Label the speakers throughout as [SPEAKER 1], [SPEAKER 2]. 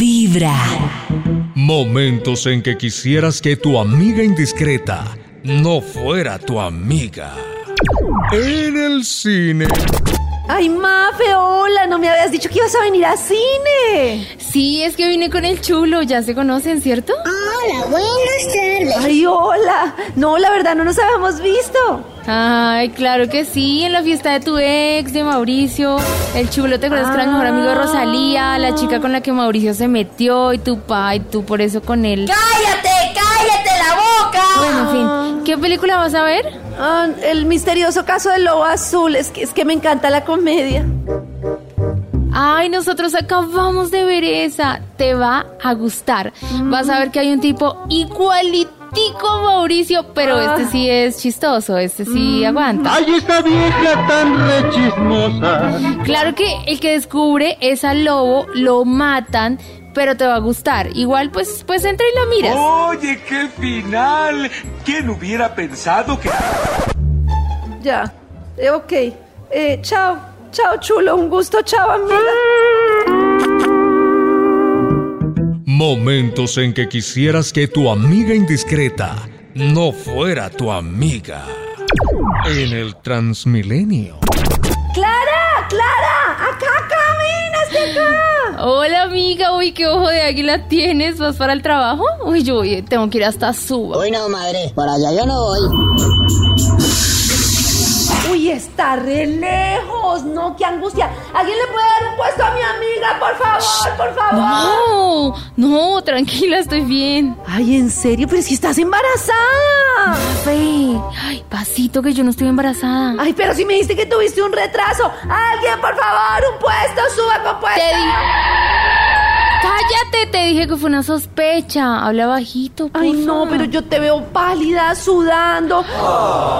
[SPEAKER 1] Vibra.
[SPEAKER 2] Momentos en que quisieras que tu amiga indiscreta no fuera tu amiga. En el cine.
[SPEAKER 3] Ay, Mafe, hola, no me habías dicho que ibas a venir a cine.
[SPEAKER 4] Sí, es que vine con el chulo, ya se conocen, ¿cierto?
[SPEAKER 5] Hola, buenas tardes.
[SPEAKER 3] Ay, hola. No, la verdad no nos habíamos visto.
[SPEAKER 4] Ay, claro que sí, en la fiesta de tu ex, de Mauricio. El chulo, ¿te acuerdas que era el mejor amigo de Rosalía? La chica con la que Mauricio se metió y tu pa, y tú por eso con él.
[SPEAKER 5] ¡Cállate, cállate la boca!
[SPEAKER 4] Bueno, en fin, ¿qué película vas a ver?
[SPEAKER 3] Ah, el misterioso caso del lobo azul, es que, es que me encanta la comedia.
[SPEAKER 4] Ay, nosotros acabamos de ver esa. Te va a gustar. Vas a ver que hay un tipo igualitico a Mauricio, pero
[SPEAKER 3] Ah.
[SPEAKER 4] este sí es chistoso, este sí aguanta.
[SPEAKER 6] Ay, esta vieja tan rechismosa.
[SPEAKER 4] Claro que el que descubre es al lobo, lo matan, pero te va a gustar. Igual pues, pues entra y la miras.
[SPEAKER 6] Oh.
[SPEAKER 7] Oye, qué final. ¿Quién hubiera pensado que...
[SPEAKER 3] Ya. Eh, ok. Eh, chao. Chao, chulo. Un gusto. Chao, amiga.
[SPEAKER 2] Momentos en que quisieras que tu amiga indiscreta no fuera tu amiga. En el Transmilenio.
[SPEAKER 3] ¡Clara! ¡Clara! ¡Acá, camina! ¡Hasta acá!
[SPEAKER 4] Hola amiga, uy, qué ojo de águila tienes, ¿vas para el trabajo? Uy, yo uy, tengo que ir hasta Suba.
[SPEAKER 5] Uy, no, madre, por allá yo no voy.
[SPEAKER 3] Uy, está re lejos. No, qué angustia. ¿Alguien le puede dar un puesto a mi amiga? Por favor, por favor.
[SPEAKER 6] Oh.
[SPEAKER 4] No, no, tranquila, estoy bien.
[SPEAKER 3] Ay, ¿en serio? Pero si estás embarazada.
[SPEAKER 4] Fe, ay, pasito que yo no estoy embarazada.
[SPEAKER 3] Ay, pero si me dijiste que tuviste un retraso. Alguien, por favor, un puesto, suba con puesto.
[SPEAKER 4] Te di- Ah, Cállate, te dije que fue una sospecha. Habla bajito.
[SPEAKER 3] Ay,
[SPEAKER 4] porfa.
[SPEAKER 3] no, pero yo te veo pálida, sudando.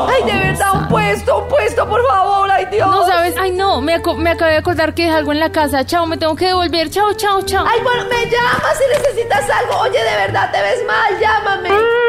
[SPEAKER 3] Ay, de verdad, un puesto, un puesto, por favor. Ay, Dios.
[SPEAKER 4] No sabes, ay no, me, aco- me acabé de acordar que dejé algo en la casa. Chao, me tengo que devolver. Chao, chao, chao.
[SPEAKER 3] Ay, bueno, me llamas si necesitas algo. Oye, de verdad, te ves mal, llámame.